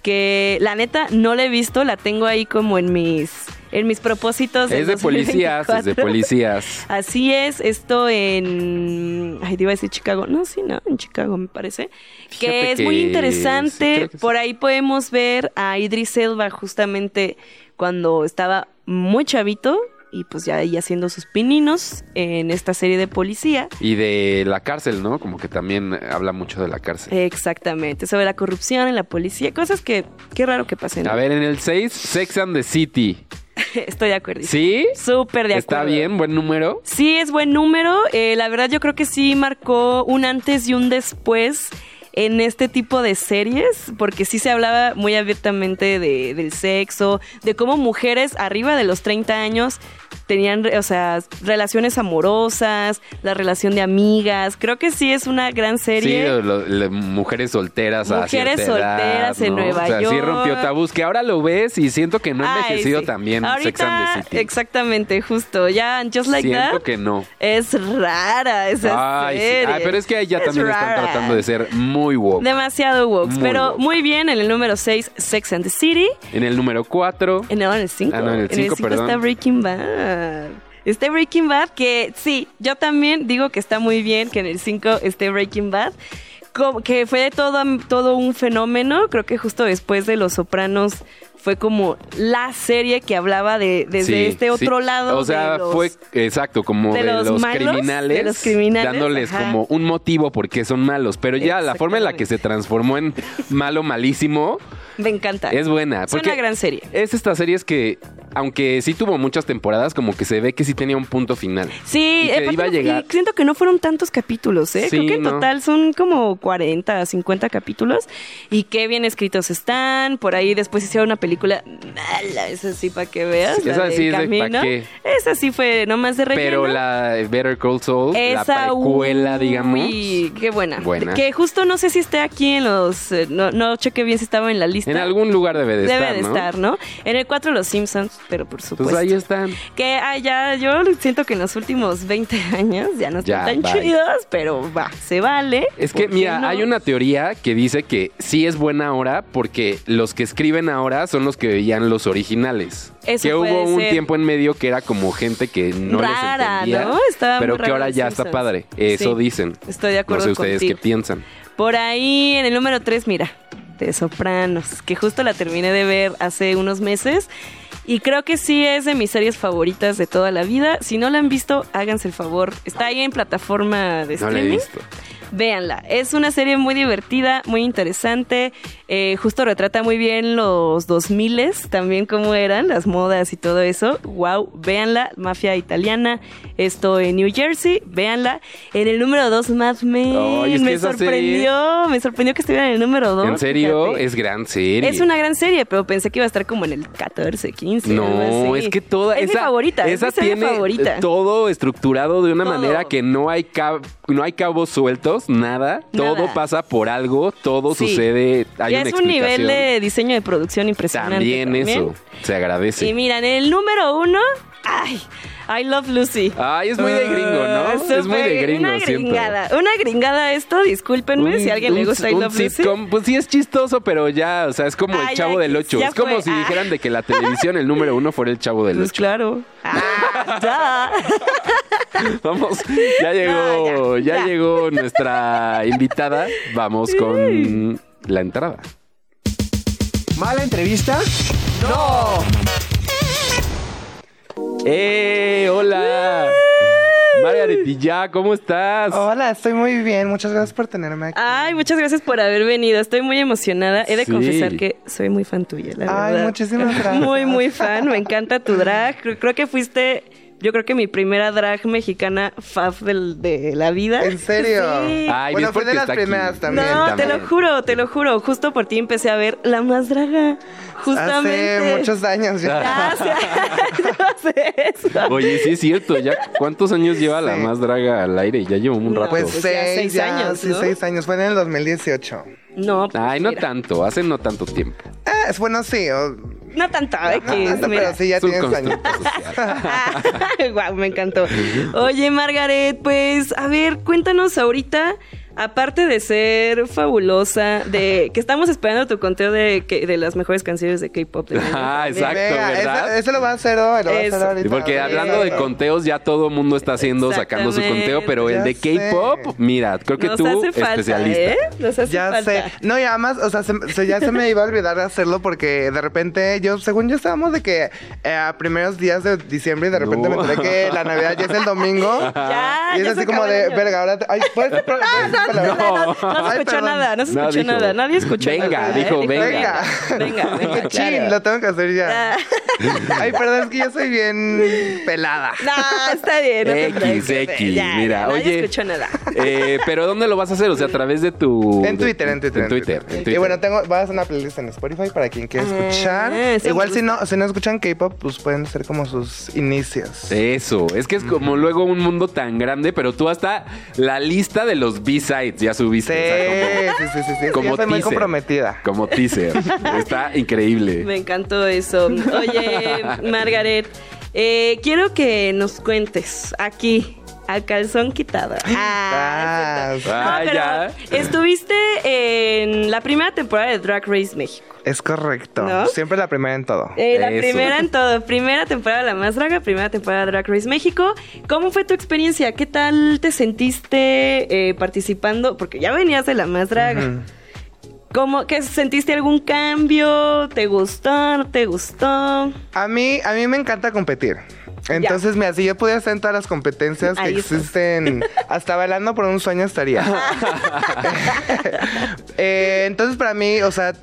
que la neta no la he visto, la tengo ahí como en mis en mis propósitos. del
Es de policías, es de
2024.
policías.
Así es, esto en. Ay, te iba a decir Chicago. No, sí, no, en Chicago me parece.
Fíjate
que es
que
muy
sí,
interesante.
creo que sí.
Por ahí podemos ver a Idris Elba justamente cuando estaba muy chavito y pues ya ahí haciendo sus pininos en esta serie de policía.
Y de la cárcel, ¿no? Como que también habla mucho de la
Eh,
cárcel.
Exactamente, sobre la corrupción en la policía, cosas que qué raro que pasen.
A ver, en el 6, Sex and the City.
Estoy de acuerdo.
¿Sí?
Súper de
Está
acuerdo.
bien, buen número.
Sí, es buen número. Eh, la verdad, yo creo que sí marcó un antes y un después en este tipo de series, porque sí se hablaba muy abiertamente de- del sexo, de cómo mujeres arriba de los 30 años tenían, o sea, relaciones amorosas, la relación de amigas. Creo que sí es una gran serie.
Sí, lo- lo- mujeres solteras a
Mujeres
cierta edad,
solteras en
¿no?
Nueva
O sea, sí
York.
rompió tabús, que ahora lo ves y siento que no ha
Ay,
envejecido
sí.
también Sex
Ahorita,
and the City.
Exactamente, justo. Ya, Just Like
siento
That
que no.
es rara esa
Ay, sí.
serie.
Ay, pero es que ahí ya
Es
también
rara.
están tratando de ser muy woke.
Demasiado woke.
Muy
pero
woke.
muy bien, en el número 6, Sex and the City.
En el número 4,
En, Eh, no, en el 5.
Ah, no, en el cinco, perdón.
está Breaking Bad. Este Breaking Bad que sí, yo también digo que está muy bien que en el 5 esté Breaking Bad. Como que fue todo, todo un fenómeno, creo que justo después de Los Sopranos fue como la serie que hablaba de desde
Sí, sí.
este otro lado.
O sea,
de los-
fue exacto, como
de
de,
los
los,
malos,
criminales,
de los criminales,
dándoles
ajá.
como un motivo por qué son malos. Pero ya la forma en la que se transformó en malo, malísimo,
Me encanta.
es buena.
Es una
porque
gran serie.
Es estas series que, aunque sí tuvo muchas temporadas, como que se ve que sí tenía un punto final.
Sí, eh,
Y que
aparte
iba a
no-
llegar.
y siento que no fueron tantos capítulos, ¿eh?
Sí,
Creo que en
no.
total son como 40, 50 capítulos. Y qué bien escritos están. Por ahí después hicieron una película mala, esa sí, para que veas.
Sí,
la
esa
del
sí es de pa'
camino.
qué.
Esa sí fue nomás de relleno.
Pero la Better Call Saul,
Esa,
la precuela,
uy,
digamos.
qué buena.
Buena.
Que justo no sé si esté aquí en los... eh, No, no chequé bien si estaba en la lista.
En algún lugar debe de
Debe
estar,
de
¿no?
estar, ¿no? En el 4 Los Simpsons, pero por
Pues
supuesto.
ahí están.
Que ah, ya, yo siento que en los últimos 20 años ya no
Ya,
están tan
bye.
chidos, pero va, se vale.
Es que,
¿Por qué
mira,
no?
hay una teoría que dice que sí es buena ahora porque los que escriben ahora son los que veían los originales.
Eso
que
puede
hubo un
ser.
tiempo en medio que era como gente que no
Rara,
les entendía,
¿no? Estaba muy
pero que
raro
ahora
los
ya
Simpsons.
está padre. Eso
Sí.
dicen.
Estoy de
No
acuerdo
sé ustedes
contigo.
qué piensan.
Por ahí en el número 3, mira, de Sopranos, que justo la terminé de ver hace unos meses. Y creo que sí es de mis series favoritas de toda la vida. Si no la han visto, háganse el favor. Está ahí en plataforma de
No la he
streaming.
visto.
Véanla, es una serie muy divertida, muy interesante, eh, justo retrata muy bien los 2000 también cómo eran las modas y todo eso. Wow, véanla, Mafia Italiana, esto en New Jersey, véanla. En el número 2 Mad Men,
Ay, es que
me
esa
sorprendió, me sorprendió que estuviera en el número 2.
en serio, es gran serie.
Es una gran serie, pero pensé que iba a estar como en el 14, 15. algo
No,
así.
es que toda
es
esa
mi favorita,
esa
es mi serie
tiene eh,
favorita.
todo estructurado de una
Todo.
manera que no hay cab- no hay cabos sueltos, nada,
Nada.
todo pasa por algo, todo
Sí.
sucede, hay
Ya
una
es un nivel
explicación.
de diseño de producción impresionante.
también, eso se agradece.
Y miran, el número uno, ay, I love Lucy.
Ay, Ah, es muy de gringo, ¿no?
Ah,
es muy de
súper,
gringo,
Una
siento.
gringada, una gringada esto, discúlpenme
Un-
si a alguien le
un-
gusta I
un
love Lucy.
sitcom, pues sí es chistoso, pero ya, o sea, es como
Ah, ya
el chavo del
que-
8.
ya
Es como
fue.
si
Ah.
dijeran de que la televisión el número uno fuera el chavo del
Pues
8.
claro. Ah, ya.
Vamos, ya llegó,
No, ya,
ya,
ya.
llegó nuestra invitada. Vamos con la entrada.
¿Mala entrevista?
¡Eh! ¡Hola! Margaretilla, ¿cómo estás?
Hola, estoy muy bien. Muchas gracias por tenerme aquí.
Ay, muchas gracias por haber venido. Estoy muy emocionada. He de
Sí.
confesar que soy muy fan tuya, la
Ay,
verdad.
muchísimas gracias.
Muy, muy fan. Me encanta tu drag. Creo, creo que fuiste, yo creo que mi primera drag mexicana faf del, de la vida.
¿En serio?
Ah, Sí.
Ay,
Bueno,
¿ves
fue
por
de
qué
las
está aquí?
primeras también.
No, te lo
también.
juro, te lo juro. Justo por ti empecé a ver La Más Draga. Justamente.
Hace muchos años ya.
Gracias. No haces eso.
Oye, sí es cierto, ya cuántos años lleva la
Sí.
más draga al aire, ya llevo un
No,
rato.
Pues
Pues ya
seis,
seis
ya,
años,
Sí,
¿no?
seis años. Fue en el 2018.
No, pues,
Ay, no
mira.
tanto, hace no tanto tiempo.
Ah, es bueno, sí. o-
No tanto, ¿eh?
no
que es,
tanto,
mira. Ah,
pero sí, ya
Es un
tienes años.
constructo social.
Guau, me encantó. Oye, Margaret, pues, a ver, cuéntanos ahorita aparte de ser fabulosa, de que estamos esperando tu conteo de, que- de las mejores canciones de K-pop. del año
Ah,
también.
exacto, ¿verdad?
Eso, lo va a hacer hoy, lo va a hacer
Eso.
ahorita.
Porque
ahorita,
hablando de
ahorita.
conteos, ya todo mundo está haciendo, sacando su conteo, pero el de
Exactamente.
K-pop, mira, creo que
Nos
tú,
hace falta,
especialista.
¿eh? Nos hace
Ya
falta.
sé. No, y además, o sea, se, se- ya se me iba a olvidar de hacerlo porque de repente yo, según yo estábamos de que eh, a primeros días de diciembre y de repente
No. Ah,
me enteré que la Navidad ya es el domingo.
Ya,
y es
ya se
así como
acabó el
de,
año. Ah,
verga, ahora... te- Ay, ¿puedes
No, no, no se
Ay,
escuchó
perdón.
nada, no se
No,
escuchó
dijo,
nada, nadie escuchó
venga,
nada. ¿eh?
dijo, venga.
Venga, venga,
Qué chin,
claro.
lo tengo que hacer ya.
Ah,
Ay, perdón, es que yo soy bien pelada.
No, está bien. no te
X,
preocupes, eh,
X,
ya,
mira,
nadie
oye.
escuchó nada.
Eh, pero ¿dónde lo vas a hacer? O sea, a través de tu...
En
de-
Twitter, en Twitter,
En Twitter, en Twitter.
Y bueno, tengo, voy a hacer una playlist en Spotify para quien quiera
Ah,
escuchar.
eso me
Igual si
gusta.
no, si no escuchan K-pop, pues pueden ser como sus inicios.
Eso, es que es como luego un mundo tan grande, pero tú hasta la lista de los B-sides ya
Sí,
subiste. o sea,
sí, sí, sí, sí.
como
Yo soy muy
teaser.
comprometida.
como, como teaser. Está increíble.
Me encantó eso. Oye, Margaret, eh, quiero que nos cuentes aquí, a calzón quitado. Ah,
Ah,
es cierto.
Ah,
no, pero
ya.
estuviste en la primera temporada de Drag Race México.
es correcto.
¿No?
Siempre la primera en todo.
Eh, la
Eso.
primera en todo, primera temporada La Más Draga, primera temporada Drag Race México. ¿Cómo fue tu experiencia? ¿Qué tal te sentiste eh, participando? Porque ya venías de La Más Draga.
Mm.
¿Cómo, qué, ¿Sentiste algún cambio? ¿Te gustó? ¿No te gustó?
A mí, a mí me encanta competir. Entonces, mira, si yo pudiera estar en todas las competencias que
Ahí estás.
existen, hasta bailando por un sueño estaría. Eh, entonces, para mí, o sea,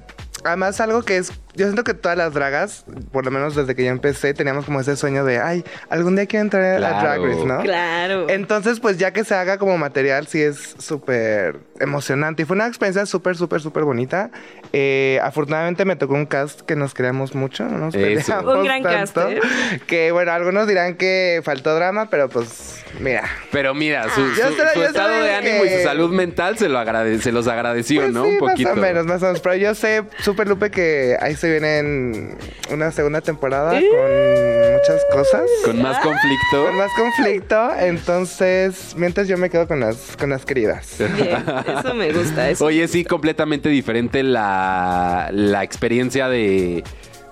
además algo que es, yo siento que todas las dragas, por lo menos desde que yo empecé, teníamos como ese sueño de, ay, algún día quiero entrar a
Claro.
Drag Race, ¿no?
Claro.
Entonces, pues ya que se haga como material, sí es súper emocionante. Y fue una experiencia súper, súper, súper bonita. Eh, afortunadamente me tocó un cast que nos queríamos mucho, no nos
Eso.
peleamos
Un gran cast,
tanto,
¿eh?
Que bueno, algunos dirán que faltó drama, pero pues mira.
Pero mira, su,
Yo
su-
se lo-
su
yo se lo
estado de
dije.
ánimo y su salud mental se, lo agrade- se los agradeció,
Pues
¿no?
sí,
Un poquito.
Más o menos, más o menos. Pero yo sé, súper Lupe, que ahí se vienen una segunda temporada con muchas cosas.
Con
Ah.
más conflicto.
Con más conflicto, entonces mientras yo me quedo con las con las queridas.
Bien, eso me gusta. Eso.
Oye, sí, completamente diferente la, la experiencia de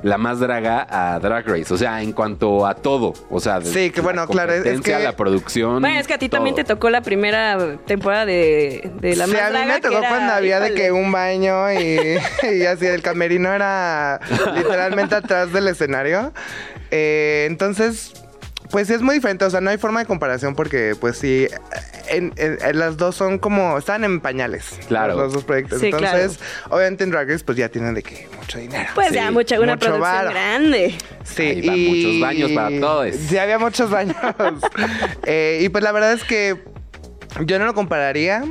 la más draga a Drag Race. O sea, en cuanto a todo. O sea, de-
Sí, que
la
bueno, claro, es- es
competencia,
que-
la producción.
Bueno, es que a ti también
todo.
te tocó la primera temporada de, de La
Sí,
Más
a mí
Draga, que
me tocó
era-
cuando había de
híjole.
que un baño y, y así el camerino era literalmente atrás del escenario. Eh, entonces, pues sí es muy diferente, o sea, no hay forma de comparación porque pues sí, en- en- en las dos son como, están en pañales.
Claro.
Los dos proyectos.
Sí, claro.
entonces, obviamente en Drag Race pues ya tienen de que mucho dinero.
Pues
Sí,
ya, mucha, una
mucho
producción
varo.
grande.
Sí,
Ahí van muchos baños para todos.
Sí, había muchos baños. Eh, y pues la verdad es que yo no lo compararía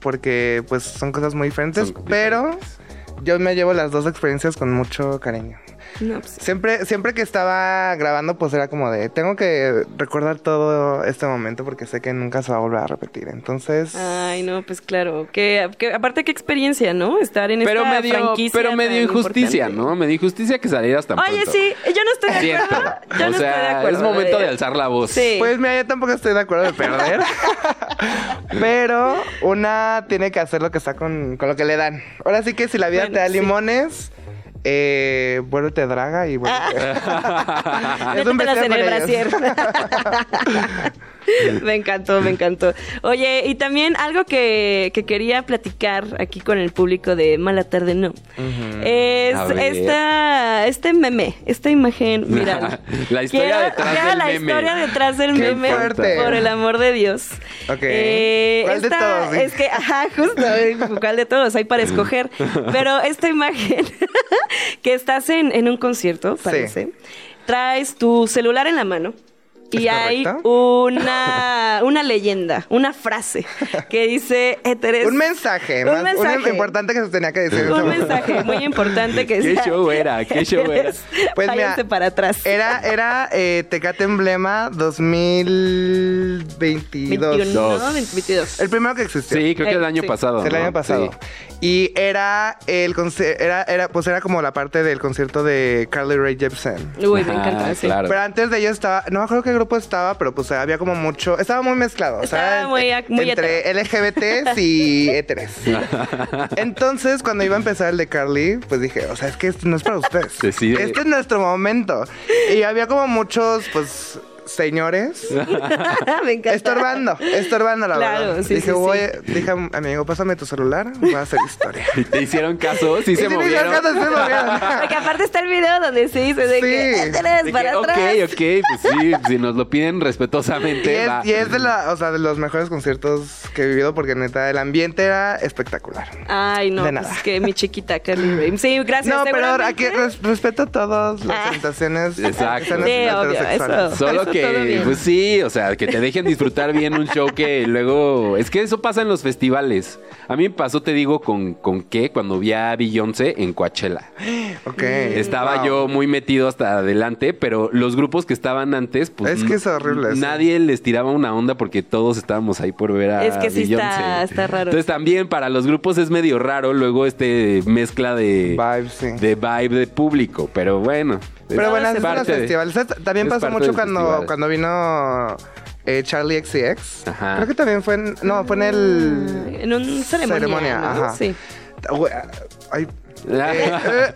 porque pues son cosas muy diferentes,
Son
pero
diferentes.
yo me llevo las dos experiencias con mucho cariño.
No, pues,
Siempre, siempre que estaba grabando, pues era como de, tengo que recordar todo este momento porque sé que nunca se va a volver a repetir. Entonces,
Ay, no, pues claro. Que, que aparte, qué experiencia, ¿no? Estar en
Pero
esta
medio,
franquicia.
pero medio
tan
injusticia,
importante.
¿no? Me dio injusticia que salieras tan
Oye,
pronto.
sí, yo no estoy de
Siento.
acuerdo. Yo
o
no estoy de
sea,
acuerdo.
es momento de
¿verdad?
alzar la voz.
Sí.
pues mira, yo tampoco estoy de acuerdo de perder. pero una tiene que hacer lo que está con, con lo que le dan. Ahora sí que si la vida
Bueno,
te da
sí.
limones, eh, vuélvete draga y
Ah,
vuélvete.
Ah.
Métete la
vestido para
cenebrasier.
ellas.
me encantó, me encantó. Oye, y también algo que, que quería platicar aquí con el público de Mala Tarde No. Es
A ver.
esta, este meme, esta imagen, mira.
La historia detrás del
la
meme.
historia detrás del
Qué
meme,
fuerte.
por el amor de Dios.
Ok.
Eh,
¿Cuál de
esta-
todos, eh?
Es que, ajá, justo, eh, ¿cuál de todos? Hay para escoger. Pero esta imagen que estás en, en un concierto, parece. Traes tu celular en la mano y
¿Es
hay
correcto?
una, una leyenda, una frase que dice "Eh, Eteres.
Un mensaje,
Un
más- un em-
mensaje.
importante que se tenía que decir. en ese
Un
momento.
mensaje muy importante que
¿Qué
decía,
show era? ¿Qué show era?
"Eres-
Pues mira,
váyanse para atrás.
Era, era eh, Tecate Emblema 2022.
21, ¿no?
Dos.
22.
El primero que existió.
Sí, creo que el año
Eh, Sí.
pasado.
El
¿no?
año pasado.
Sí.
Y era el conci- era, era, pues era como la parte del concierto de Carly Rae Jepsen.
Uy, me
Ah,
encanta. sí.
claro.
Pero antes de ello estaba, no me acuerdo qué grupo estaba, pero pues había como mucho. Estaba muy mezclado. o sea,
Estaba muy ac- muy
Entre LGBTs y héteres. Entonces, cuando iba a empezar el de Carly, pues dije, o sea, es que este no es para ustedes.
Decide.
Este es nuestro momento. Y había como muchos, pues, señores
Me encanta.
estorbando, estorbando la
Claro,
verdad.
sí,
dije,
sí,
voy,
sí.
dije, amigo, pásame tu celular, voy a hacer historia.
¿Y te hicieron caso? Sí
Y
se
sí me
movieron.
hicieron caso, sí me movieron.
Porque aparte está el video donde se dice de
Sí.
que
De
"Héteres,
que,
para
ok,
atrás.
ok, pues sí, si nos lo piden
Y
respetuosamente.
es,
va.
y es de, la, o sea, de los mejores conciertos que he vivido porque neta el ambiente era espectacular.
Ay, no,
De
pues
nada.
es que mi chiquita Carly Rae. Sí, gracias.
no, pero
seguramente-
aquí res- respeto a todos las
Ah.
orientaciones
Exacto.
son
Sí, obvio,
heterosexuales.
eso.
Solo
Eso todo
que,
bien.
pues sí, o sea, que te dejen disfrutar bien un show que luego. Es que eso pasa en los festivales. A mí me pasó, te digo, con, con qué, cuando vi a Beyoncé en Coachella.
Ok.
Estaba
Wow.
yo muy metido hasta adelante, pero los grupos que estaban antes, pues.
Es que es horrible eso.
Nadie les tiraba una onda porque todos estábamos ahí por ver a.
Es que sí está-
Beyoncé.
está raro.
Entonces también para los grupos es medio raro luego este mezcla de.
Vibes, sí.
De vibe de público, pero bueno.
Pero bueno, es
parte
los
de-
festivales. ¿Sabes? También
es
pasó
parte
mucho
del
cuando,
festival.
cuando vino eh, Charlie XCX.
Ajá.
Creo que también fue en. No, fue en el.
Mm, En un ceremonia, ¿no? Sí. Mm.
Güey, ay, eh,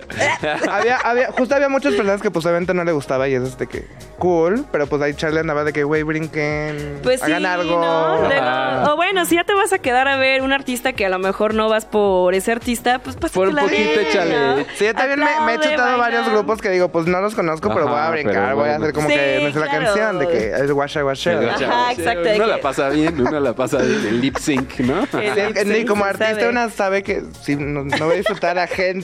había, había, justo había muchas personas que pues obviamente no le gustaba y es este que cool, pero pues ahí Charlie andaba de que güey brinquen,
Pues
hagan
sí,
algo.
¿no? Luego-
Ajá.
o bueno, si ya te vas a quedar a ver un artista que a lo mejor no vas por ese artista, pues pásatela
Por un poquito,
bien,
échale.
¿no?
Sí, yo también me, me he
Aplaude, baila.
chutado varios grupos que digo, pues no los conozco, pero
Ajá,
voy a brincar,
pero
voy a
bueno.
hacer como
Sí,
que me sé la
claro.
canción de que es washa washa.
Ajá, exacto, de
Uno
que- Eh,
la pasa bien, uno la pasa bien, el lip sync, ¿no?
El
Sí,
lip
ni
sync,
como
se
artista
sabe.
una sabe que si no, no va a disfrutar a gente.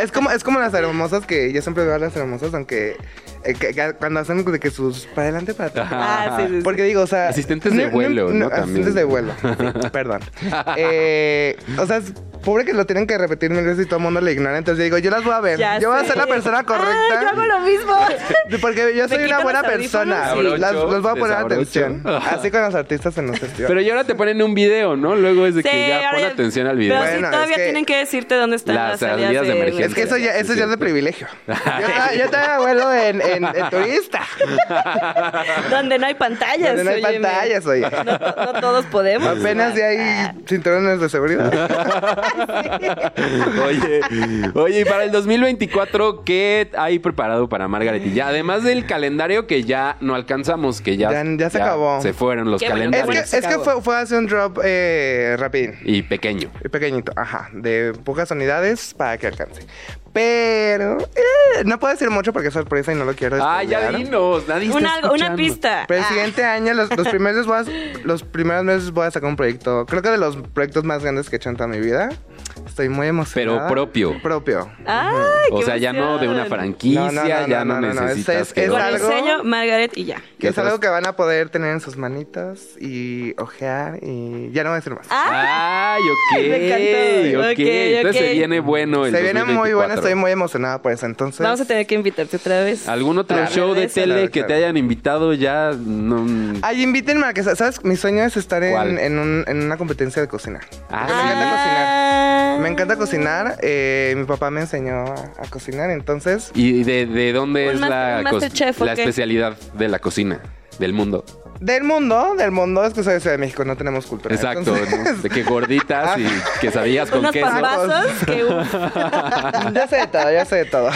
Es como, es como las hermosas que yo siempre veo a las hermosas, aunque eh, que- que cuando hacen de que sus para adelante para atrás.
Ah, sí, sí, sí.
Porque digo, o sea.
Asistentes de vuelo, ¿no? También.
Asistentes de vuelo. sí, Perdón. Eh, o sea, es pobre que lo tienen que repetir mil veces y todo el mundo le ignora. Entonces yo digo, yo las voy a ver.
Ya
yo voy a ser
sé.
la persona
Ay, yo hago
correcta.
lo mismo.
Porque yo
Me
soy una
quito
buena
los
persona.
audífonos
y-
Las, los voy a poner
Desabrocho.
atención. Así con los artistas en los festivales.
Pero ya ahora te ponen un video, ¿no? Luego es de que
Sí,
ya
ahora
pon
ya-
atención al video.
Pero sí,
Bueno, es
todavía
que-
tienen que decirte dónde están
Las
las,
salidas
salidas
de emergencia.
Es que eso ya,
Sí,
eso
es
ya es de
cierto.
privilegio. Yo, ta- yo también abuelo en, en, en turista.
Donde no hay pantallas.
Donde no hay
óyeme.
pantallas, oye.
No, to- no todos podemos. Ah.
Apenas ya hay cinturones de
Ah,
seguridad.
oye, oye, y para el 2024, ¿qué hay preparado para Margaret? Y ya, además del calendario que ya no alcanzamos, que ya,
Ya- ya se acabó.
Se fueron los
Qué bueno,
Es
calendarios.
que,
se
es que
acabó.
fue, fue hace un drop eh, rapidín,
Y pequeño.
pequeñito, ajá, de pocas unidades para que alcance. Pero eh, no puedo decir mucho porque es sorpresa y no lo quiero
Ah, ya
spoilear.
dinos, nadie está
Una, algo- una
escuchando.
pista.
Pero el
Ah,
siguiente año, los, los primeros voy a- los primeros meses voy a sacar un proyecto. Creo que de los proyectos más grandes que he hecho en toda mi vida. Estoy muy emocionada.
Pero propio.
Propio.
ay,
O
qué
sea, ya no de una
emoción.
franquicia,
No, no, no,
ya no,
no, no, no, es-
necesitas
es-
que-
es
Con el
algo-
sello Margaret y ya.
Que es
otras?
algo que van a poder tener en sus manitas y ojear y ya no voy a decir más.
Ah,
Ay, ok.
Me encantó.
ok.
Ok,
Entonces
ok.
se viene bueno el
Se viene muy
2024.
buena, estoy muy emocionada por eso. Entonces,
vamos a tener que invitarte otra vez.
¿Algún otro
Claro,
show de
regresa.
tele
Claro,
que te
claro.
hayan invitado ya? No...
Ay, invítenme a que, ¿sabes? Mi sueño es estar
¿Cuál?
en, en un- en una competencia de cocina.
Ah,
Me encanta
sí.
cocinar.
Ah.
Me encanta cocinar. eh, mi papá me enseñó a, a cocinar, entonces.
¿Y de, de dónde
Un
es
mas-
la,
un
cos-
Masterchef,
la
ok.
especialidad de la cocina del mundo?
Del mundo, del mundo, es que soy de Ciudad de México, no tenemos cultura.
Exacto.
entonces-
¿no? De que gorditas y que sabías con
Unos
queso.
pambas.
pambazos que uf.
ya sé de todo, ya sé de todo.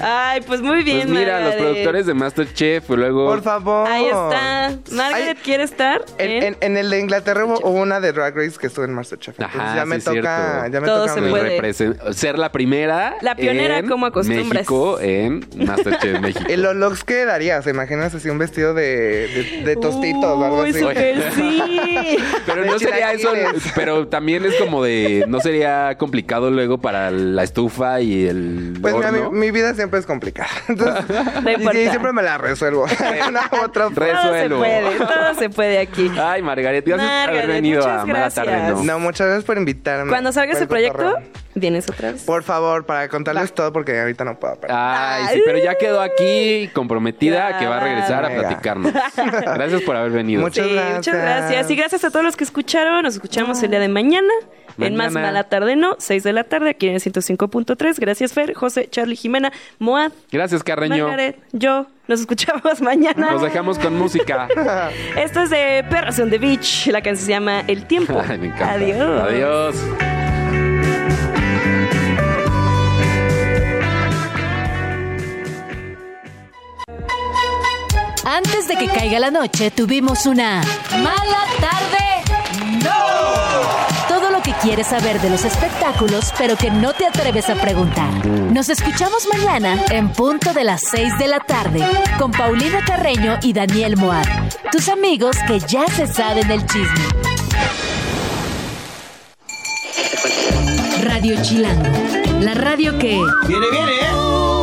Ay, pues muy bien,
Pues mira, los
Margaret.
productores de Masterchef, luego...
Por favor.
Ahí está. Margaret
Ay,
quiere estar
En,
en,
en- en el de Inglaterra hubo, hubo una de Drag Race que estuvo en Masterchef.
Ajá,
Entonces ya
sí
me
es
toca,
cierto.
ya me
Todo
toca
se
a mí.
puede.
represen- Ser la primera.
La pionera,
en
como acostumbras.
México en Masterchef México.
Y los looks que darías, imaginas así un vestido de, de, de tostitos o algo
Uy,
así.
súper sí.
Pero
De
no sería eso,
chilaquiles.
pero también es como de, no sería complicado luego para la estufa y el
Pues mira, mi,
horno.
mi vida siempre es complicada. Entonces,
No
y-
importa.
y siempre me la resuelvo. De una u otra
Re-
forma.
Todo se
Resuelvo.
puede, todo se puede aquí.
Ah,
Ay, Margaret, gracias por haber
Margaret,
venido
muchas
a Mala Tarde,
gracias.
¿no?
No, muchas gracias por invitarme.
Cuando salga
Por
ese
el
proyecto,
cotorreo.
¿Vienes otra vez?
Por favor, para contarles todo porque ahorita no puedo. parar.
Ay, sí, pero ya quedó aquí comprometida a que va a regresar a
Venga.
platicarnos. Gracias por haber venido.
Muchas
sí, muchas gracias. Y gracias a todos los que escucharon. Nos escuchamos el día de mañana. En
Mañana.
Más Mala Tarde No, 6 de la tarde, aquí en el 105.3. Gracias, Fer, José, Charlie, Jimena, Moad,
Gracias, Carreño.
Margaret, yo. Nos escuchamos mañana.
Nos dejamos con música.
Esto es de Perros on the Beach. La canción se llama El Tiempo.
Ay, me encanta.
Adiós.
Adiós.
Antes de que caiga la noche, tuvimos una mala tarde. ¡No! Todo lo que quieres saber de los espectáculos, pero que no te atreves a preguntar. Nos escuchamos mañana en punto de las 6 de la tarde con Paulina Carreño y Daniel Moab, tus amigos que ya se saben el chisme. Radio Chilango, la radio que...
Viene, viene, ¿eh?